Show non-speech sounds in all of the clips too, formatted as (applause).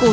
股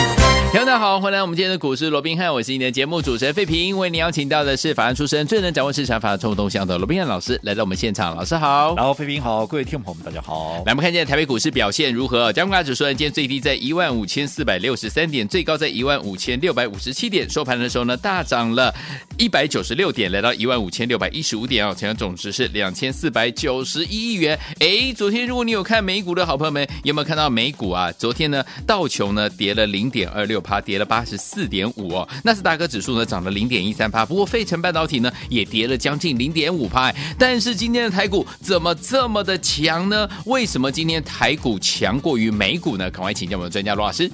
听众大家好，欢迎来到我们今天的股市罗宾汉，我是你的节目主持人费平，为你邀请到的是法案出身、最能掌握市场法的冲动向的罗宾汉老师来到我们现场，老师好。然后，飞平好，各位听众朋友们，大家好。来，我们看一下台北股市表现如何？加权指数呢，今天最低在一万五千四百六十三点，最高在一万五千六百五十七点，收盘的时候呢，大涨了一百九十六点，来到一万五千六百一十五点哦，成交总值是两千四百九十一亿元。哎，昨天如果你有看美股的好朋友们，有没有看到美股啊？昨天呢，道琼呢跌了零点二六趴，跌了八十四点五哦，纳斯达克指数呢涨了零点一三趴，不过费城半导体呢也跌了将近零点五趴，哎但是今天的台股怎么这么的强呢？为什么今天台股强过于美股呢？赶快请教我们的专家罗老师。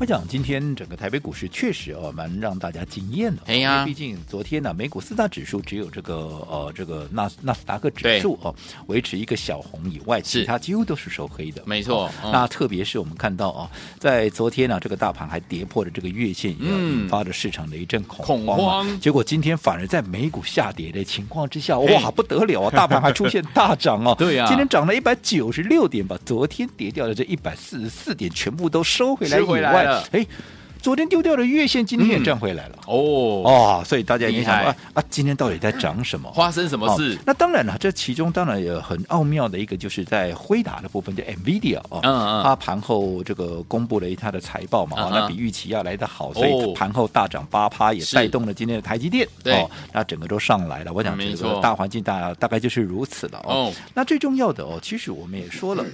我讲今天整个台北股市确实哦，蛮让大家惊艳的。哎呀因为毕竟昨天呢、美股四大指数只有这个呃这个纳纳斯达克对指数哦维持一个小红以外，是其他几乎都是收黑的。没错哦嗯那特别是我们看到哦，在昨天呢、这个大盘还跌破了这个月线，也嗯引发了市场的一阵恐恐慌,、啊慌结果今天反而在美股下跌的情况之下，嘿哇不得了啊！大盘还出现大涨哦。 (laughs) 对呀今天涨了一百九十六点，把昨天跌掉的这一百四十四点全部都收回来收以回来外了，哎，昨天丢掉的月线今天也站回来了。哦，哦，所以大家也想厉害说啊啊，今天到底在涨什么？发生什么事哦？那当然了，这其中当然也很奥妙的一个，就是在辉达的部分，就 NVIDIA 哦，嗯嗯它盘后这个公布了一它的财报嘛，嗯哦嗯，那比预期要来得好，所以哦盘后大涨八趴，也是带动了今天的台积电，哦哦对，那整个都上来了。我想没这错个大环境大大概就是如此了哦哦。那最重要的哦，其实我们也说了，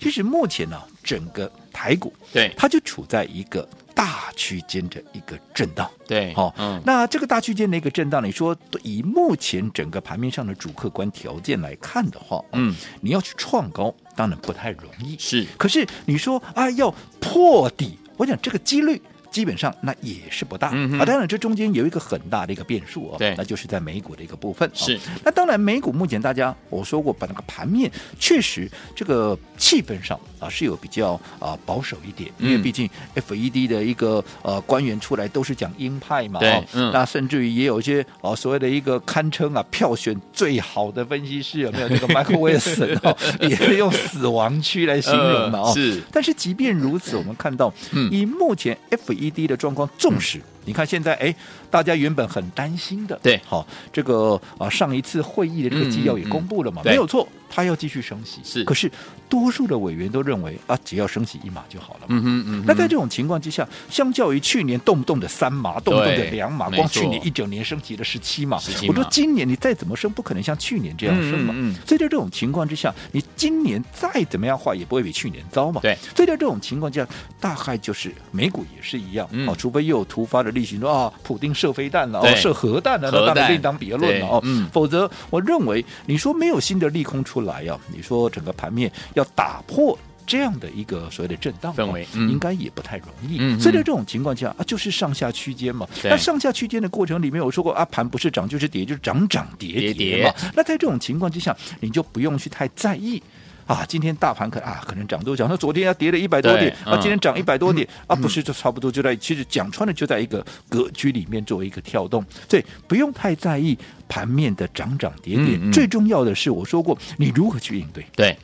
其实目前呢，整个台股对它就处在一个大区间的一个震荡。对，好、嗯，那这个大区间的一个震荡，你说对以目前整个盘面上的主客观条件来看的话，嗯，你要去创高，当然不太容易。是可是你说啊，要破底，我想这个几率。基本上那也是不大、嗯哼啊，当然这中间有一个很大的一个变数哦，对那就是在美股的一个部分、哦、是。那当然，美股目前大家我说过，把那个盘面确实这个气氛上啊是有比较啊、保守一点，因为嗯毕竟 FED 的一个呃官员出来都是讲鹰派嘛，对哦嗯那甚至于也有一些哦所谓的一个堪称啊票选最好的分析师有没有？这个 Michael Wilson (laughs) 哦，也是用死亡区来形容嘛、呃哦，是但是即便如此，我们看到，嗯以目前 FED 的状况，纵使、你看现在，哎，大家原本很担心的，对好、这个啊，上一次会议的这个纪要也嗯嗯嗯公布了嘛，对没有错，他要继续升息，是可是多数的委员都认为啊，只要升息一码就好了嘛。嗯哼嗯哼，那在这种情况之下，相较于去年动不动的三码，动不动的两码，没光错去年一整年升级了十七码17，码我说今年你再怎么升，不可能像去年这样升嘛。嗯嗯嗯所以在这种情况之下，你今年再怎么样坏，也不会比去年糟嘛。对所以在这种情况之下，大概就是美股也是一样，嗯哦，除非又有突发的例行说啊，普丁射飞弹了，对哦，射核弹了，那核当弹然另当别论了对哦。嗯否则，我认为你说没有新的利空出来啊，你说整个盘面要打破。这样的一个所谓的震荡氛哦围嗯应该也不太容易。嗯嗯所以在这种情况下啊，就是上下区间嘛。对那上下区间的过程里面，我说过啊，盘不是涨就是跌，就是涨涨跌跌跌跌嘛。那在这种情况之下，你就不用去太在意。啊，今天大盘可啊，可能涨多涨，那昨天要跌了一百多点，对嗯嗯啊，今天涨一百多点，啊，不是就差不多就在，其实讲穿了就在一个格局里面作为一个跳动，所以不用太在意盘面的涨涨跌跌，嗯嗯最重要的是我说过，你如何去应对。对，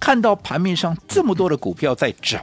看到盘面上这么多的股票在涨，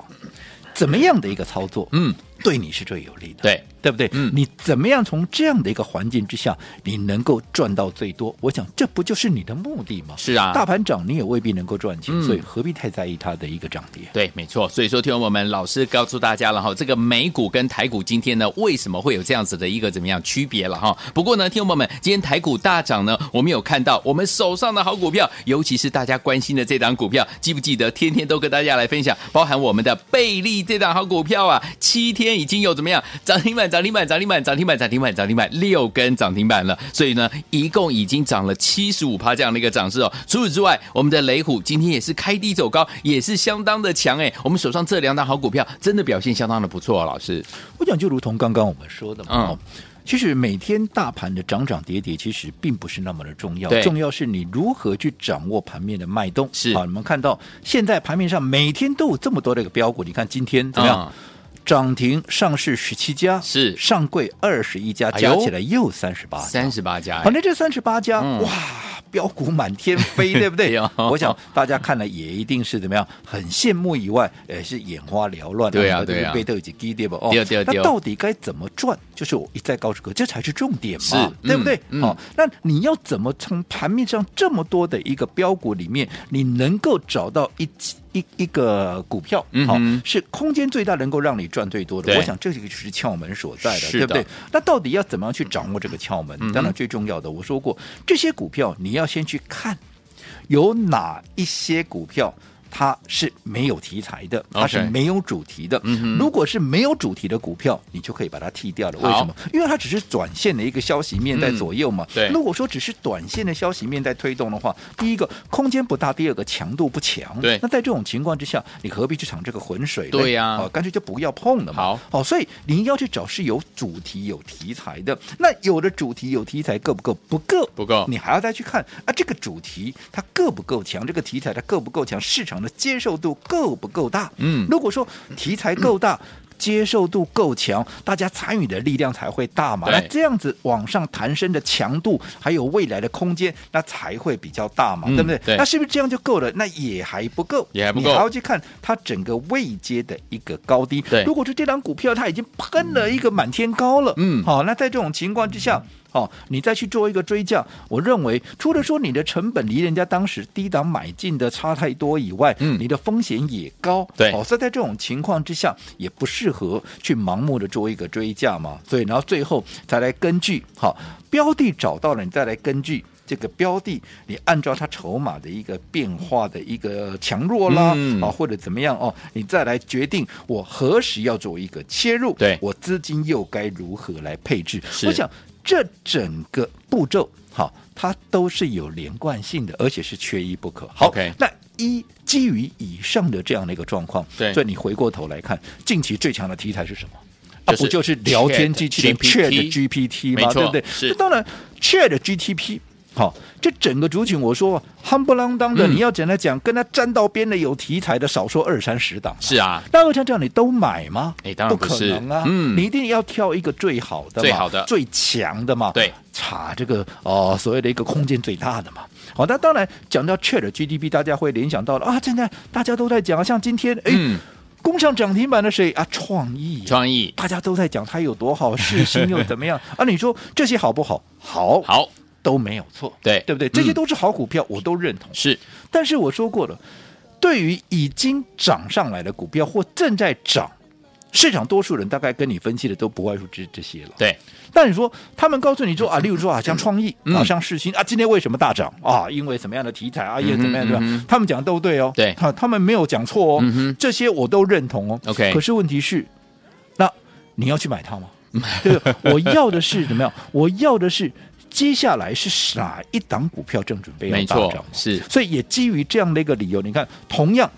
怎么样的一个操作，嗯，对你是最有利的，对对不对？嗯你怎么样从这样的一个环境之下，你能够赚到最多？我想这不就是你的目的吗？是啊，大盘涨你也未必能够赚钱，嗯所以何必太在意它的一个涨跌？对，没错。所以说，听众朋友们，老师告诉大家了哈，这个美股跟台股今天呢，为什么会有这样子的一个怎么样区别了哈？不过呢，听众朋友们，今天台股大涨呢，我们有看到我们手上的好股票，尤其是大家关心的这档股票，记不记得天天都跟大家来分享，包含我们的贝利这档好股票啊，七天。天已经有怎么样涨停板、涨停板、涨停板、涨停板、涨停板、涨停板六根涨停板了，所以呢，一共已经涨了七十五趴这样的一个涨势哦。除此之外，我们的雷虎今天也是开低走高，也是相当的强哎。我们手上这两档好股票真的表现相当的不错、啊，老师。我讲就如同刚刚我们说的嘛，嗯哦其实每天大盘的涨涨跌跌，其实并不是那么的重要对，重要是你如何去掌握盘面的脉动。是好，你们看到现在盘面上每天都有这么多的一个标股，你看今天怎么样？嗯涨停上市十七家，是上柜二十一家，哎呦加起来又三十八家，三十八家哎反，正这三十八家，嗯哎哇，标股满天飞，(laughs) 对不对有？我想大家看了也一定是怎么样，很羡慕以外，也是眼花缭乱。对啊那么对啊被都已经低跌吧？哦对啊对对那到底该怎么赚？就是我一再告诉各位，这才是重点是嘛，对不对？嗯嗯好，那你要怎么从盘面上这么多的一个标股里面，你能够找到一一一个股票，嗯好哼是空间最大，能够让你赚最多对的。我想这个就是窍门所在的，是对不的嗯对？那到底要怎么样去掌握这个窍门？当然最重要的，我说过，这些股票你要先去看有哪一些股票。它是没有题材的，它是 OK 嗯没有主题的。如果是没有主题的股票，你就可以把它剔掉了。为好什么？因为它只是短线的一个消息面在嗯左右嘛。对如果说只是短线的消息面在推动的话，第一个空间不大，第二个强度不强。对那在这种情况之下，你何必去淌这个浑水嘞？对呀啊干脆就不要碰了嘛。好，哦，所以你要去找是有主题、有题材的。那有的主题、有题材够不够？不够，不够你还要再去看啊，这个主题它够不够强？这个题材它够不够强？市场的接受度够不够大？嗯如果说题材够大。接受度够强，大家参与的力量才会大嘛。对那这样子往上弹升的强度，还有未来的空间，那才会比较大嘛，嗯对不对？对那是不是这样就够了？那也还不够，也还不你够要去看它整个位阶的一个高低。对如果说这档股票它已经喷了一个满天高了，嗯好、那在这种情况之下。哦，你再去做一个追价，我认为除了说你的成本离人家当时低档买进的差太多以外，嗯你的风险也高，对哦，所以在这种情况之下，也不适合去盲目的做一个追价嘛，所以然后最后才来根据好、标的找到了，你再来根据。这个标的，你按照它筹码的一个变化的一个强弱啦，嗯啊，或者怎么样哦，你再来决定我何时要做一个切入，对我资金又该如何来配置是？我想这整个步骤，好，它都是有连贯性的，而且是缺一不可。好 OK 那一基于以上的这样的一个状况，对所以你回过头来看，近期最强的题材是什么？啊，就是不就是聊天机器人 ChatGPT Chat GPT 没吗？错对不对？是那当然，Chat GTP。好，这整个族群，我说夯不啷当的，嗯你要怎么讲？跟他沾到边的有题材的，少说二三十档。是啊，那二像这样你都买吗？哎当然不不是可能啊！嗯你一定要挑一个最好的嘛、最好的最强的嘛。对，查这个哦、所谓的一个空间最大的嘛。好，那当然讲到 Chat GDP，大家会联想到了啊，现在大家都在讲，像今天哎，嗯工上涨停板的谁啊？创意、啊，创意大家都在讲它有多 (laughs) 好，市心又怎么样啊？你说这些好不好？好，好都没有错，对对不对？这些嗯都是好股票，我都认同。是但是我说过了，对于已经涨上来的股票或正在涨，市场多数人大概跟你分析的都不外乎这这些了。对，但你说他们告诉你说啊，例如说啊，像创意、嗯啊，像世新啊，今天为什么大涨啊？因为什么样的题材啊？因为怎么嗯样哼对吧？嗯哼他们讲的都对哦，对啊，他们没有讲错哦，嗯哼这些我都认同哦。 OK 可是问题是，那你要去买 (laughs) 它吗？对不对，我要的是怎么样？我要的是接下来是哪一档股票正准备要没大错涨？，是所以也基于这样的一个理由，你看，同样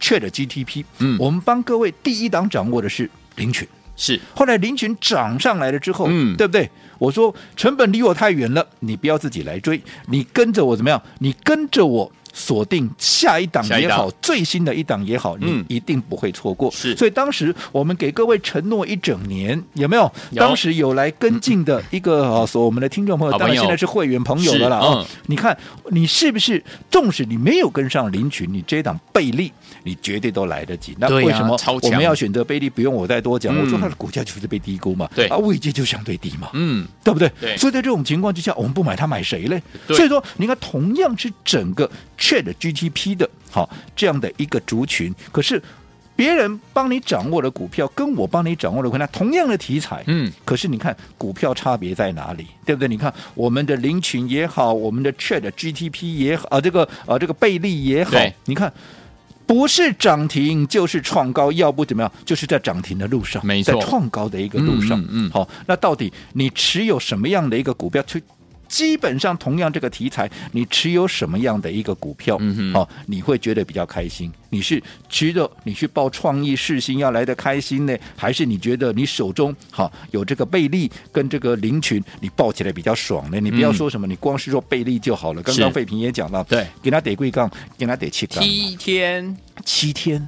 Chat GTP，嗯我们帮各位第一档掌握的是林群，是后来林群涨上来了之后，嗯对不对？我说成本离我太远了，你不要自己来追，你跟着我怎么样？你跟着我。锁定下一档下一也档好，最新的一档也好，嗯你一定不会错过。是所以当时我们给各位承诺一整年，有没有？有嗯当时有来跟进的一个呃所我们的听众朋好友，朋友当然现在是会员朋友了啦。是哦嗯你看你是不是？纵使你没有跟上林群，你这一档倍利，你绝对都来得及。那对呀为什么超我强们要选择贝利？不用我再多讲，嗯我说它的股价就是被低估嘛，对啊，位阶就相对低嘛，嗯对不对？对所以在这种情况之下，我们不买它买谁嘞？对所以说，你看，同样是整个 Chat GTP 的好这样的一个族群，可是别人帮你掌握的股票，跟我帮你掌握的股票，那同样的题材，嗯可是你看股票差别在哪里，对不对？你看我们的林群也好，我们的 Chat GTP 也好，啊、这个啊、这个贝利也好对，你看不是涨停就是创高，要不怎么样，就是在涨停的路上，没错在创高的一个路上。嗯嗯嗯好，那到底你持有什么样的一个股票？去基本上同样这个题材，你持有什么样的一个股票？嗯哼好，你会觉得比较开心。你是觉得你去报创意世新要来的开心呢，还是你觉得你手中好有这个贝利跟这个林群，你抱起来比较爽呢？你不要嗯说什么，你光是说贝利就好了。刚是刚费平也讲了，对，给他得贵杠，给他得七杠，七天七天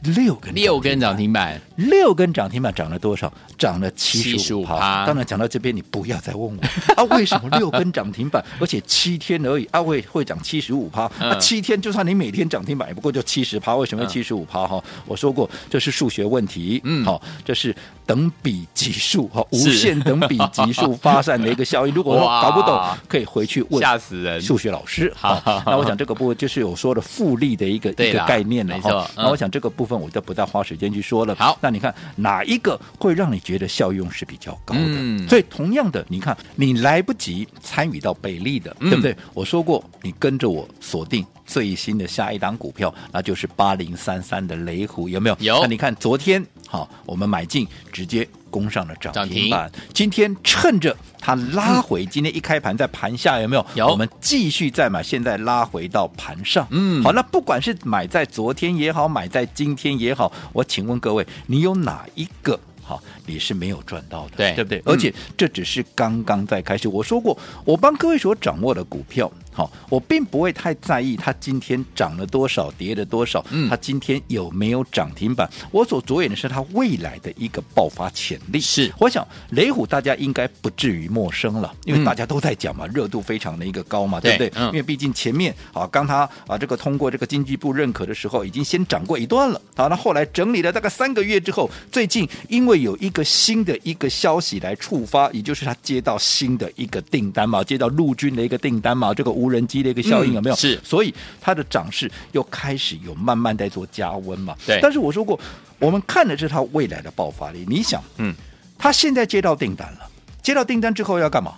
六根六根涨停板，六根涨停板涨了多少？涨了七十75%五趴。当然讲到这边，你不要再问我啊，为什么六根涨停板，而且七天而已，啊会会涨七十五趴？嗯那七天就算你每天涨停板，也不过就七十趴，为什么嗯七十五趴？哈，我说过这是数学问题，嗯好，这是等比级数哈，无是限等比级数发散的一个效应。如果说哇搞不懂，可以回去问吓死人！数学老师。好好， (laughs) 那我想这个部分就是我说的复利的一个对一个啦概念了没哈。错嗯那我想这个部分我就不再花时间去说了。好那你看哪一个会让你觉得效用是比较高的？嗯所以同样的，你看你来不及参与到北利的，嗯对不对？我说过，你跟着我锁定。最新的下一档股票，那就是八零三三的雷虎，有没有？有那你看昨天，好，我们买进直接攻上了涨涨停停板。今天趁着它拉回，今天一开盘在盘下有没有？有我们继续再买，现在拉回到盘上。嗯好，那不管是买在昨天也好，买在今天也好，我请问各位，你有哪一个？好，你是没有赚到的，对对不对？嗯而且这只是刚刚在开始。我说过，我帮各位所掌握的股票，好，我并不会太在意它今天涨了多少，跌了多少，嗯它今天有没有涨停板。我所着眼的是它未来的一个爆发潜力。是我想雷虎大家应该不至于陌生了，因嗯为大家都在讲嘛，热度非常的一个高嘛，对对不嗯对？因为毕竟前面啊，刚他啊这个通过这个经济部认可的时候，已经先涨过一段了。好，那后来整理了大概三个月之后，最近因为有一个新的一个消息来触发，也就是他接到新的一个订单嘛，接到陆军的一个订单嘛，这个无人机的一个效应嗯有没有？是所以它的涨势又开始有慢慢在做加温嘛。对但是我说过，我们看的是它未来的爆发力。你想，嗯，他现在接到订单了，接到订单之后要干嘛？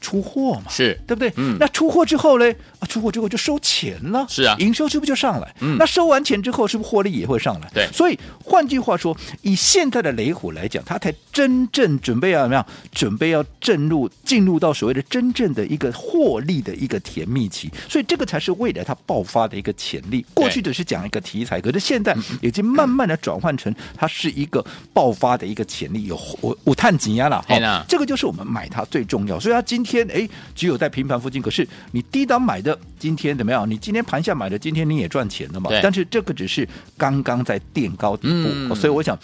出货嘛，是对不对？嗯那出货之后呢？啊，出货之后就收钱了，是啊营收是不是就上来？嗯那收完钱之后，是不是获利也会上来？对所以换句话说，以现在的雷虎来讲，它才真正准备要怎么样？准备要进入进入到所谓的真正的一个获利的一个甜蜜期，所以这个才是未来它爆发的一个潜力。过去只是讲一个题材，可是现在已经慢慢的转换成它是一个爆发的一个潜力，有我我探紧呀啦，嘿呐这个就是我们买它最重要。所以它今天哎，只有在平盘附近，可是你低档买的，今天怎么样？你今天盘下买的，今天你也赚钱了嘛对？但是这个只是刚刚在垫高底部，嗯哦所以我想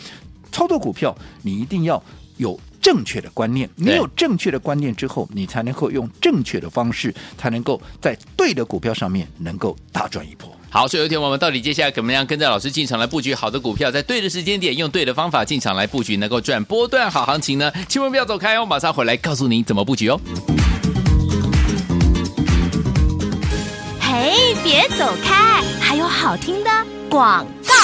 操作股票，你一定要有。正确的观念，你对有正确的观念之后，你才能够用正确的方式，才能够在对的股票上面能够大赚一波。好，所以有一天我们到底接下来怎么样跟着老师进场来布局好的股票，在对的时间点用对的方法进场来布局，能够赚波段好行情呢？千万不要走开哦，马上回来告诉您怎么布局哦。嘿，别走开，还有好听的广告。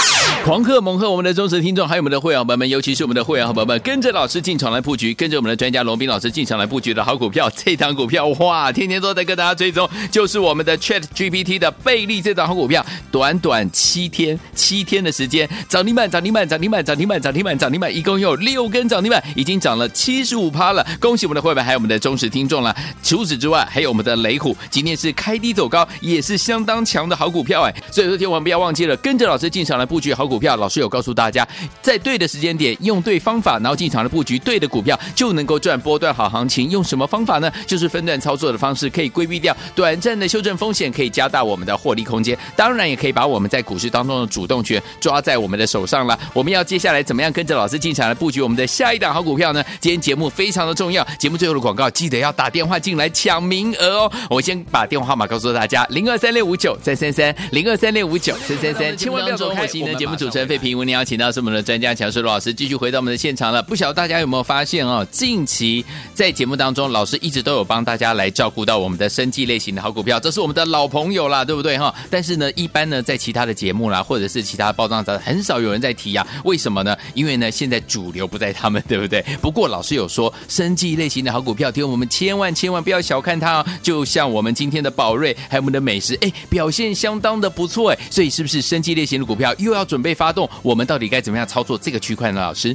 狂贺猛贺我们的忠实听众，还有我们的会员伙伴们，尤其是我们的会员伙伴们，跟着老师进场来布局，跟着我们的专家龙斌老师进场来布局的好股票，这档股票哇，天天都在跟大家追踪， (laughs) 就是我们的 Chat GPT 的贝利这档好股票，短短七天，七天的时间，涨停板，涨停板，涨停板，涨停板，涨停板，涨停板，一共有六根涨停板，已经涨了七十五趴了，恭喜我们的会员，还有我们的忠实听众了。除此之外，还有我们的雷虎，今天是开低走高，也是相当强的好股票哎。所以说，千万不要忘记了，跟着老师进场来布局好股票。老师有告诉大家，在对的时间点，用对方法，然后进场来布局对的股票，就能够赚波段好行情。用什么方法呢？就是分段操作的方式，可以规避掉短暂的修正风险，可以加大我们的获利空间。当然，也可以把我们在股市当中的主动权抓在我们的手上了。我们要接下来怎么样跟着老师进场来布局我们的下一档好股票呢？今天节目非常的重要，节目最后的广告记得要打电话进来抢名额哦。我先把电话号码告诉大家：零二三六五九三三三，零二三六五九三三三，千万不要走开。我们节目主主持人费平，为您邀请到是我们的专家强叔罗老师，继续回到我们的现场了。不晓得大家有没有发现哦，近期在节目当中，老师一直都有帮大家来照顾到我们的生计类型的好股票，这是我们的老朋友啦，对不对哈？但是呢，一般呢，在其他的节目啦，或者是其他报章杂志，很少有人在提呀、啊为什么呢？因为呢，现在主流不在他们，对不对？不过老师有说，生计类型的好股票，听我们千万千万不要小看它哦。就像我们今天的宝瑞，还有我们的美食，哎，表现相当的不错哎。所以是不是生计类型的股票又要准备发动？我们到底该怎么样操作这个区块呢？老师，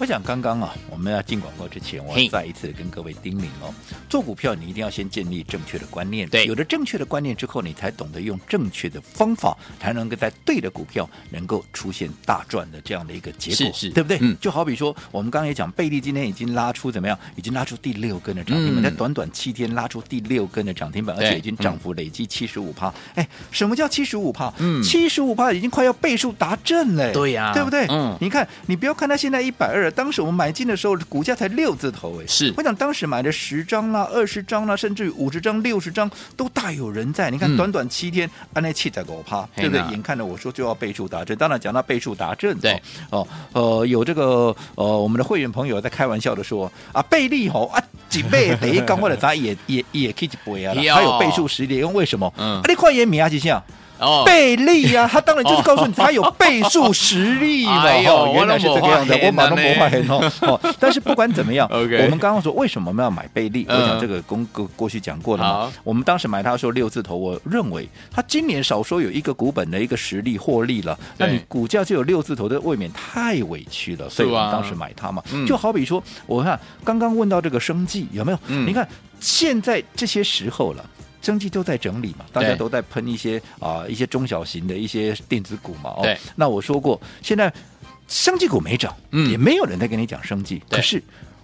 我想刚刚啊，我们要进广告之前，我嘿要再一次跟各位叮咛哦，做股票你一定要先建立正确的观念，对有了正确的观念之后，你才懂得用正确的方法，才能够在对的股票能够出现大赚的这样的一个结果，是是对不对？嗯就好比说，我们刚刚也讲，贝利今天已经拉出怎么样？已经拉出第六根的涨嗯停板，在短短七天拉出第六根的涨停板，而对且已经涨幅累计七十五趴。哎，什么叫七十五趴？嗯七十五趴已经快要倍数达阵了，对呀对不对？嗯你看，你不要看它现在一百二，当时我们买进的时候股价才六字头哎，是我想当时买的十张啦、二十张啦，甚至于五十张、六十张都大有人在。你看嗯哎短短七天，按那七仔狗趴，嘿对不对呐？眼看着我说就要倍数达阵，当然讲到倍数达阵，对哦，哦呃，有这个呃，我们的会员朋友在开玩笑的说啊，倍利吼啊。几倍第一刚或者咱也也也可以几倍啊啦，哟还有倍数实力，为什么？嗯啊，你快也米啊几下，哦倍利呀、啊，他当然就是告诉你哦他有倍数实力嘛。哎呦哦原来是这个样子，我我都没马看上魔化很哦。哦，但是不管怎么样 OK 我们刚刚说为什么我们要买倍利，我嗯想这个公过过去讲过了好嘛。我们当时买它的时候六字头，我认为它今年少说有一个股本的一个实力获利了，那对你股价就有六字头的，未免太委屈了。所以是我啊们当时买它嘛嗯，就好比说，我看刚刚问到这个生计有没有？嗯你看现在这些时候了。生计都在整理嘛，大家对都在喷一些啊、一些中小型的一些电子股嘛。哦对，那我说过，现在生技股没涨，嗯也没有人在跟你讲生技，对可是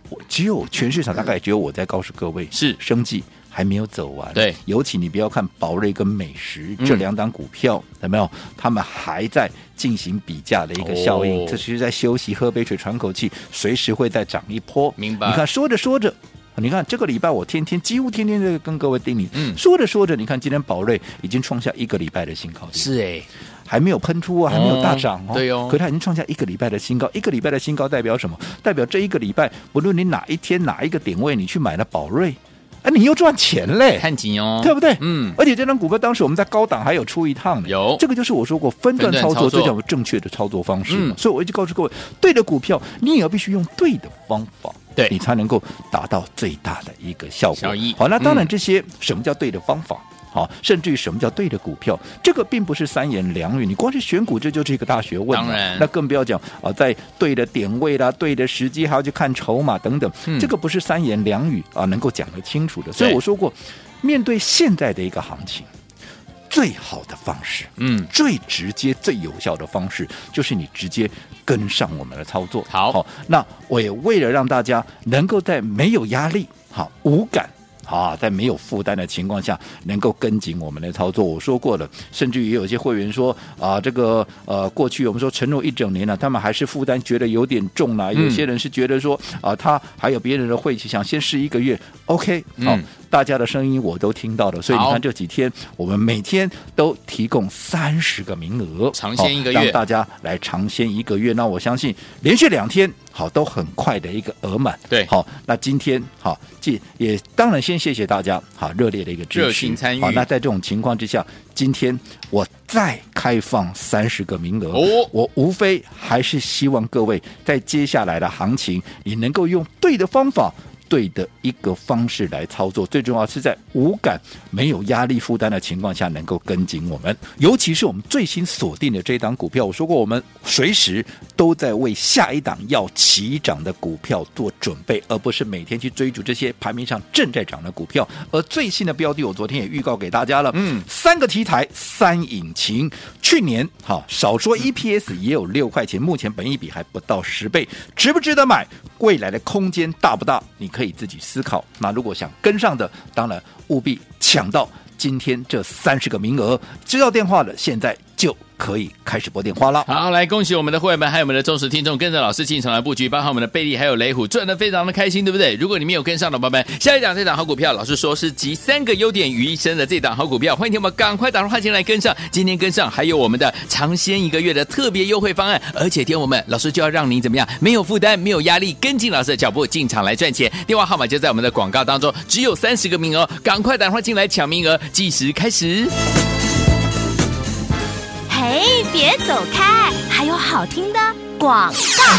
我只有全市场大概只有我在告诉各位，是生技还没有走完。对尤其你不要看宝瑞跟美食、嗯这两档股票，有没有？他们还在进行比价的一个效应，哦这其实在休息、喝杯水、喘口气，随时会再涨一波。明白你看，说着说着。你看这个礼拜，我天天几乎天天在跟各位叮咛，嗯说着说着，你看今天宝瑞已经创下一个礼拜的新高点，哎，还没有喷出啊，还没有大涨哦。对哦可它已经创下一个礼拜的新高，一个礼拜的新高代表什么？代表这一个礼拜，不论你哪一天哪一个点位，你去买了宝瑞，啊，你又赚钱嘞。看紧哦，对不对？嗯，而且这张股票当时我们在高档还有出一趟呢，有这个就是我说过分段操分段操作，作这叫正确的操作方式嘛。嗯所以我一直告诉各位，对的股票你也要必须用对的方法，对你才能够达到最大的一个效果。效益好，那当然嗯这些、什么叫对的方法？好，甚至于什么叫对的股票，这个并不是三言两语，你光是选股这就是一个大学问嘛。当然那更不要讲啊，在对的点位啦、对的时机，还要去看筹码等等，嗯这个不是三言两语啊能够讲得清楚的。所以我说过，面对现在的一个行情，最好的方式，嗯，最直接、最有效的方式，就是你直接跟上我们的操作。好那我也为了让大家能够在没有压力、好无感。啊，在没有负担的情况下，能够跟紧我们的操作，我说过了，甚至于也有一些会员说啊，这个呃，过去我们说承诺一整年了，他们还是负担觉得有点重了。嗯有些人是觉得说啊，他还有别人的晦气，想先试一个月。OK，好，嗯大家的声音我都听到了，所以你好看这几天我们每天都提供三十个名额，尝鲜一个好月让大家来尝鲜一个月。那我相信连续两天好都很快的一个额满。对好，那今天好，这也当然先谢谢大家好热烈的一个支持热情参与好，那在这种情况之下，今天我再开放三十个名额。哦我无非还是希望各位在接下来的行情，你能够用对的方法。对的一个方式来操作，最重要是在无感、没有压力负担的情况下，能够跟紧我们。尤其是我们最新锁定的这一档股票，我说过，我们随时都在为下一档要起涨的股票做准备，而不是每天去追逐这些盘面上正在涨的股票。而最新的标的，我昨天也预告给大家了，嗯三个题材，三引擎。去年哈、少说 EPS 也有六块钱，目前本益比还不到十倍，值不值得买？未来的空间大不大？你可以自己思考。那如果想跟上的，当然务必抢到今天这三十个名额。知道电话的，现在就可以开始拨电话了。好，来恭喜我们的会员们，还有我们的忠实听众，跟着老师进场来布局，包括我们的贝利还有雷虎，赚的非常的开心，对不对？如果你们有跟上的宝宝们，下一档这档好股票，老师说是集三个优点于一身的这档好股票，欢迎听我们赶快打电话进来跟上，今天跟上还有我们的尝鲜一个月的特别优惠方案，而且听我们老师就要让您怎么样，没有负担，没有压力，跟进老师的脚步进场来赚钱。电话号码就在我们的广告当中，只有三十个名额，赶快打电话进来抢名额，计时开始。嘿，别走开，还有好听的广。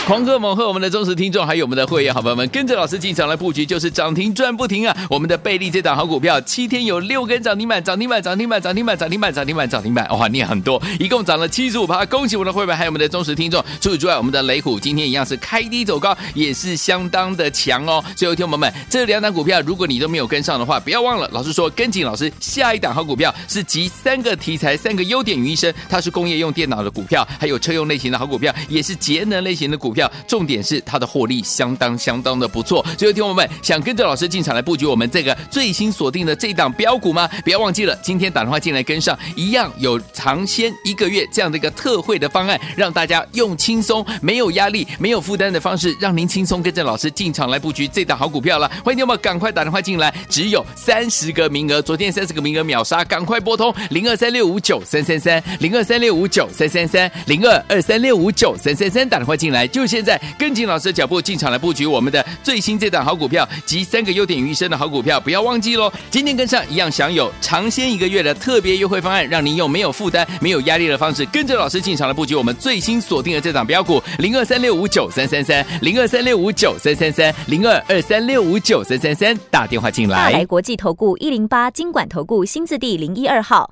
狂贺猛贺我们的忠实听众，还有我们的会员好朋友们，跟着老师进场来布局，就是涨停赚不停啊！我们的贝利这档好股票，七天有六根涨停板，涨停板，涨停板，涨停板，涨停板，涨停板，涨停板，哇，念很多，一共涨了七十五趴，恭喜我们的会员，还有我们的忠实听众。除此之外，我们的雷虎今天一样是开低走高，也是相当的强哦。所以，听友们，这两档股票如果你都没有跟上的话，不要忘了，老师说跟紧老师，下一档好股票是集三个题材、三个优点于一身，它是工业用电脑的股票，还有车用类型的好股票，也是节能类型的股票。重点是它的获利相当相当的不错。所以，听我们想跟着老师进场来布局我们这个最新锁定的这档标股吗？不要忘记了，今天打电话进来跟上，一样有尝鲜一个月这样的一个特惠的方案，让大家用轻松、没有压力、没有负担的方式，让您轻松跟着老师进场来布局这档好股票了。欢迎听我们赶快打电话进来，只有三十个名额，昨天三十个名额秒杀，赶快拨通零二三六五九三三三零二三六五九三三三零二二三六五九三三三打电话进来，就现在跟紧老师的脚步进场来布局我们的最新这档好股票及三个优点于一身的好股票，不要忘记喽！今天跟上一样享有尝鲜一个月的特别优惠方案，让您用没有负担、没有压力的方式，跟着老师进场来布局我们最新锁定的这档标股零二三六五九三三三零二三六五九三三三零二二三六五九三三三打电话进大来来。国际投顾一零八金管投顾新字第零一二号。